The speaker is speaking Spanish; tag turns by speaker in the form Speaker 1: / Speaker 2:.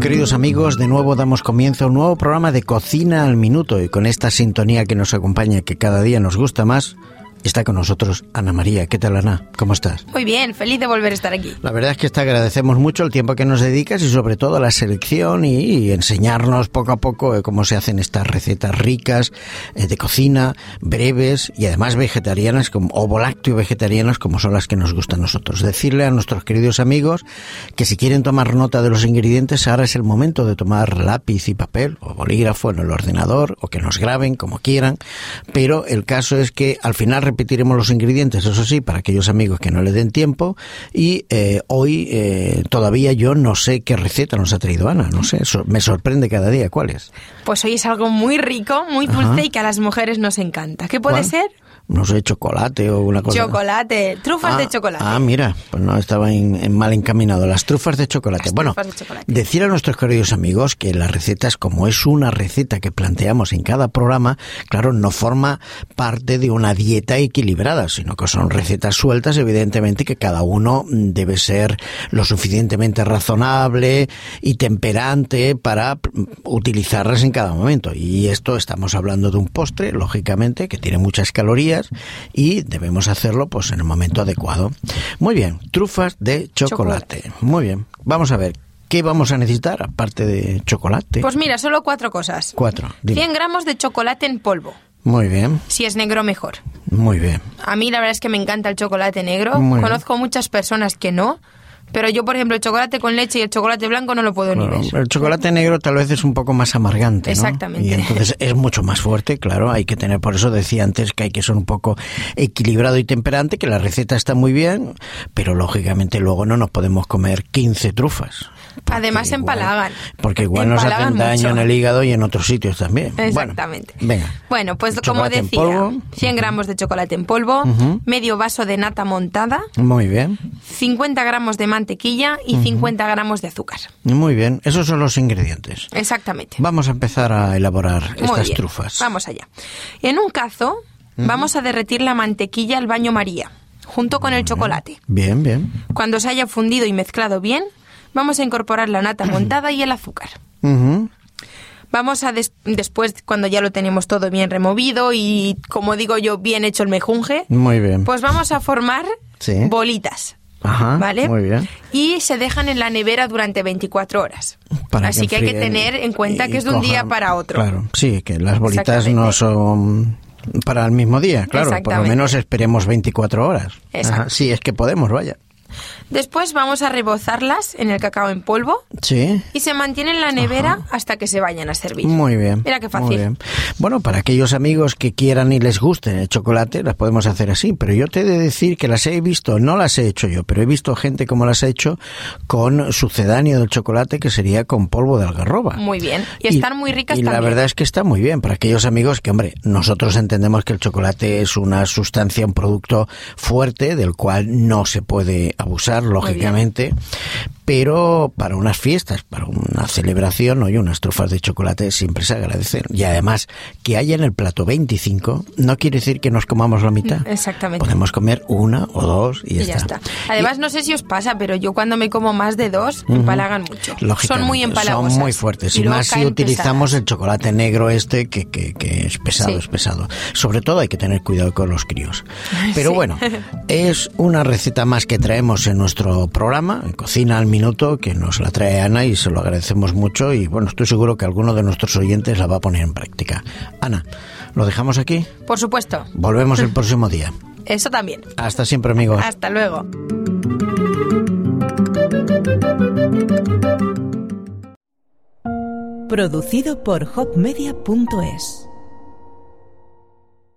Speaker 1: queridos amigos, de nuevo damos comienzo a un nuevo programa de Cocina al Minuto y con esta sintonía que nos acompaña, que cada día nos gusta más, está con nosotros Ana María. ¿Qué tal, Ana? ¿Cómo estás?
Speaker 2: Muy bien, feliz de volver a estar aquí.
Speaker 1: La verdad es que te agradecemos mucho el tiempo que nos dedicas y sobre todo la selección y, y enseñarnos poco a poco eh, cómo se hacen estas recetas ricas eh, de cocina, breves y además vegetarianas como, o lácteo vegetarianas como son las que nos gustan a nosotros. Decirle a nuestros queridos amigos que si quieren tomar nota de los ingredientes, ahora es el momento de tomar lápiz y papel o bolígrafo en el ordenador o que nos graben como quieran, pero el caso es que al final repetiremos los ingredientes, eso sí, para aquellos amigos que no le den tiempo. Y eh, hoy eh, todavía yo no sé qué receta nos ha traído Ana, no sé, so- me sorprende cada día cuál es.
Speaker 2: Pues hoy es algo muy rico, muy dulce
Speaker 1: Ajá.
Speaker 2: y que a las mujeres nos encanta. ¿Qué puede
Speaker 1: ¿Cuál?
Speaker 2: ser?
Speaker 1: No sé, chocolate o una cosa.
Speaker 2: Chocolate, trufas
Speaker 1: Ah,
Speaker 2: de chocolate.
Speaker 1: Ah, mira, pues no estaba en- en mal encaminado. Las trufas de chocolate.
Speaker 2: Las
Speaker 1: bueno,
Speaker 2: trufas de chocolate.
Speaker 1: decir a nuestros queridos amigos que las recetas, como es una receta que planteamos en cada programa, claro, no forma parte de una dieta equilibrada, sino que son recetas sueltas, evidentemente, que cada uno mm, debe ser lo suficientemente razonable y temperante para mm, utilizarlas en cada momento. Y esto estamos hablando de un postre, lógicamente, que tiene muchas calorías y debemos hacerlo pues en el momento adecuado. Muy bien, trufas de chocolate. Muy bien, vamos a ver qué vamos a necesitar aparte de chocolate.
Speaker 2: Pues mira, solo cuatro cosas.
Speaker 1: Cuatro. dime.
Speaker 2: 100 gramos de chocolate en polvo.
Speaker 1: Muy bien,
Speaker 2: Si es negro, mejor.
Speaker 1: muy bien.
Speaker 2: A mí la verdad es que me encanta el chocolate negro.
Speaker 1: Muy bien.
Speaker 2: Conozco muchas personas que no. Pero yo, por ejemplo, el chocolate con leche y el chocolate blanco no lo puedo
Speaker 1: Claro,
Speaker 2: ni ver.
Speaker 1: el chocolate negro tal vez es un poco más amargante, ¿no?
Speaker 2: Exactamente.
Speaker 1: Y entonces es mucho más fuerte, claro, hay que tener, por eso decía antes que hay que ser un poco equilibrado y temperante, que la receta está muy bien, pero lógicamente luego no nos podemos comer 15 trufas. porque
Speaker 2: Además, se
Speaker 1: igual-
Speaker 2: empalagan.
Speaker 1: Porque igual nos
Speaker 2: Empalagan
Speaker 1: hacen daño
Speaker 2: mucho.
Speaker 1: en el hígado y en otros sitios también. Bueno,
Speaker 2: Exactamente.
Speaker 1: venga.
Speaker 2: Bueno, pues
Speaker 1: El
Speaker 2: como
Speaker 1: chocolate en
Speaker 2: decía,
Speaker 1: polvo.
Speaker 2: 100 gramos de chocolate en polvo,
Speaker 1: Ujú.
Speaker 2: medio vaso de nata montada,
Speaker 1: Muy bien,
Speaker 2: 50 gramos de mantequilla y 50 gramos de azúcar.
Speaker 1: muy bien. Esos son los ingredientes.
Speaker 2: Exactamente.
Speaker 1: Vamos a empezar a elaborar
Speaker 2: Muy
Speaker 1: estas
Speaker 2: bien.
Speaker 1: trufas.
Speaker 2: Vamos allá. En un cazo vamos a derretir la mantequilla al baño María, junto con el chocolate.
Speaker 1: Bien, bien.
Speaker 2: Cuando se haya fundido y mezclado bien, vamos a incorporar la nata montada y el azúcar.
Speaker 1: Ujú.
Speaker 2: Vamos a des- después, cuando ya lo tenemos todo bien removido y, como digo yo, bien hecho el mejunje,
Speaker 1: Muy bien.
Speaker 2: pues vamos a formar
Speaker 1: Sí.
Speaker 2: bolitas.
Speaker 1: Ajá,
Speaker 2: ¿Vale?
Speaker 1: muy bien.
Speaker 2: Y se dejan en la nevera durante 24 horas.
Speaker 1: Para
Speaker 2: Así que hay que
Speaker 1: enfríen
Speaker 2: tener en cuenta
Speaker 1: y
Speaker 2: que es de un día
Speaker 1: cojan-
Speaker 2: para otro.
Speaker 1: Claro, sí, que las bolitas
Speaker 2: Exactamente.
Speaker 1: no son para el mismo día, claro, por lo
Speaker 2: Exactamente.
Speaker 1: menos esperemos 24 horas.
Speaker 2: Exacto.
Speaker 1: sí, es que podemos, vaya.
Speaker 2: Después vamos a rebozarlas en el cacao en polvo
Speaker 1: Sí.
Speaker 2: y se mantienen en la nevera hasta que se vayan a servir.
Speaker 1: Muy bien.
Speaker 2: Mira qué
Speaker 1: muy
Speaker 2: fácil.
Speaker 1: bien. Bueno, para aquellos amigos que quieran y les guste el chocolate, las podemos hacer así. Pero yo te he de decir que las he visto, no las he hecho yo, pero he visto gente como las ha hecho con sucedáneo del chocolate, que sería con polvo de algarroba.
Speaker 2: Muy bien. Y están muy ricas
Speaker 1: y
Speaker 2: también.
Speaker 1: la verdad es que está muy bien para aquellos amigos que, hombre, nosotros entendemos que el chocolate es una sustancia, un producto fuerte del cual no se puede abusar, lógicamente. Pero para unas fiestas, para una celebración, oye, unas trufas de chocolate siempre se agradecen. Y además, que haya en el plato 25 no quiere decir que nos comamos la mitad.
Speaker 2: Exactamente.
Speaker 1: Podemos comer una o dos y,
Speaker 2: y ya está. Además, no sé si os pasa, pero yo cuando me como más de dos, me empalagan mucho. Son
Speaker 1: Lógicamente,
Speaker 2: muy empalagosas.
Speaker 1: Son muy fuertes. Y,
Speaker 2: luego
Speaker 1: más si
Speaker 2: caen
Speaker 1: utilizamos
Speaker 2: pesadas.
Speaker 1: el chocolate negro este, que, que- que es pesado,
Speaker 2: Sí.
Speaker 1: es pesado. Sobre todo hay que tener cuidado con los críos. Pero bueno, es una receta más que traemos en nuestro programa, en Cocina al Minuto, que nos la trae Ana y se lo agradecemos mucho. Y bueno, estoy seguro que alguno de nuestros oyentes la va a poner en práctica. Ana, ¿lo dejamos aquí?
Speaker 2: Por supuesto.
Speaker 1: Volvemos el próximo día.
Speaker 2: Eso también.
Speaker 1: Hasta siempre, amigos.
Speaker 2: Hasta luego.
Speaker 3: Producido por hopmedia.es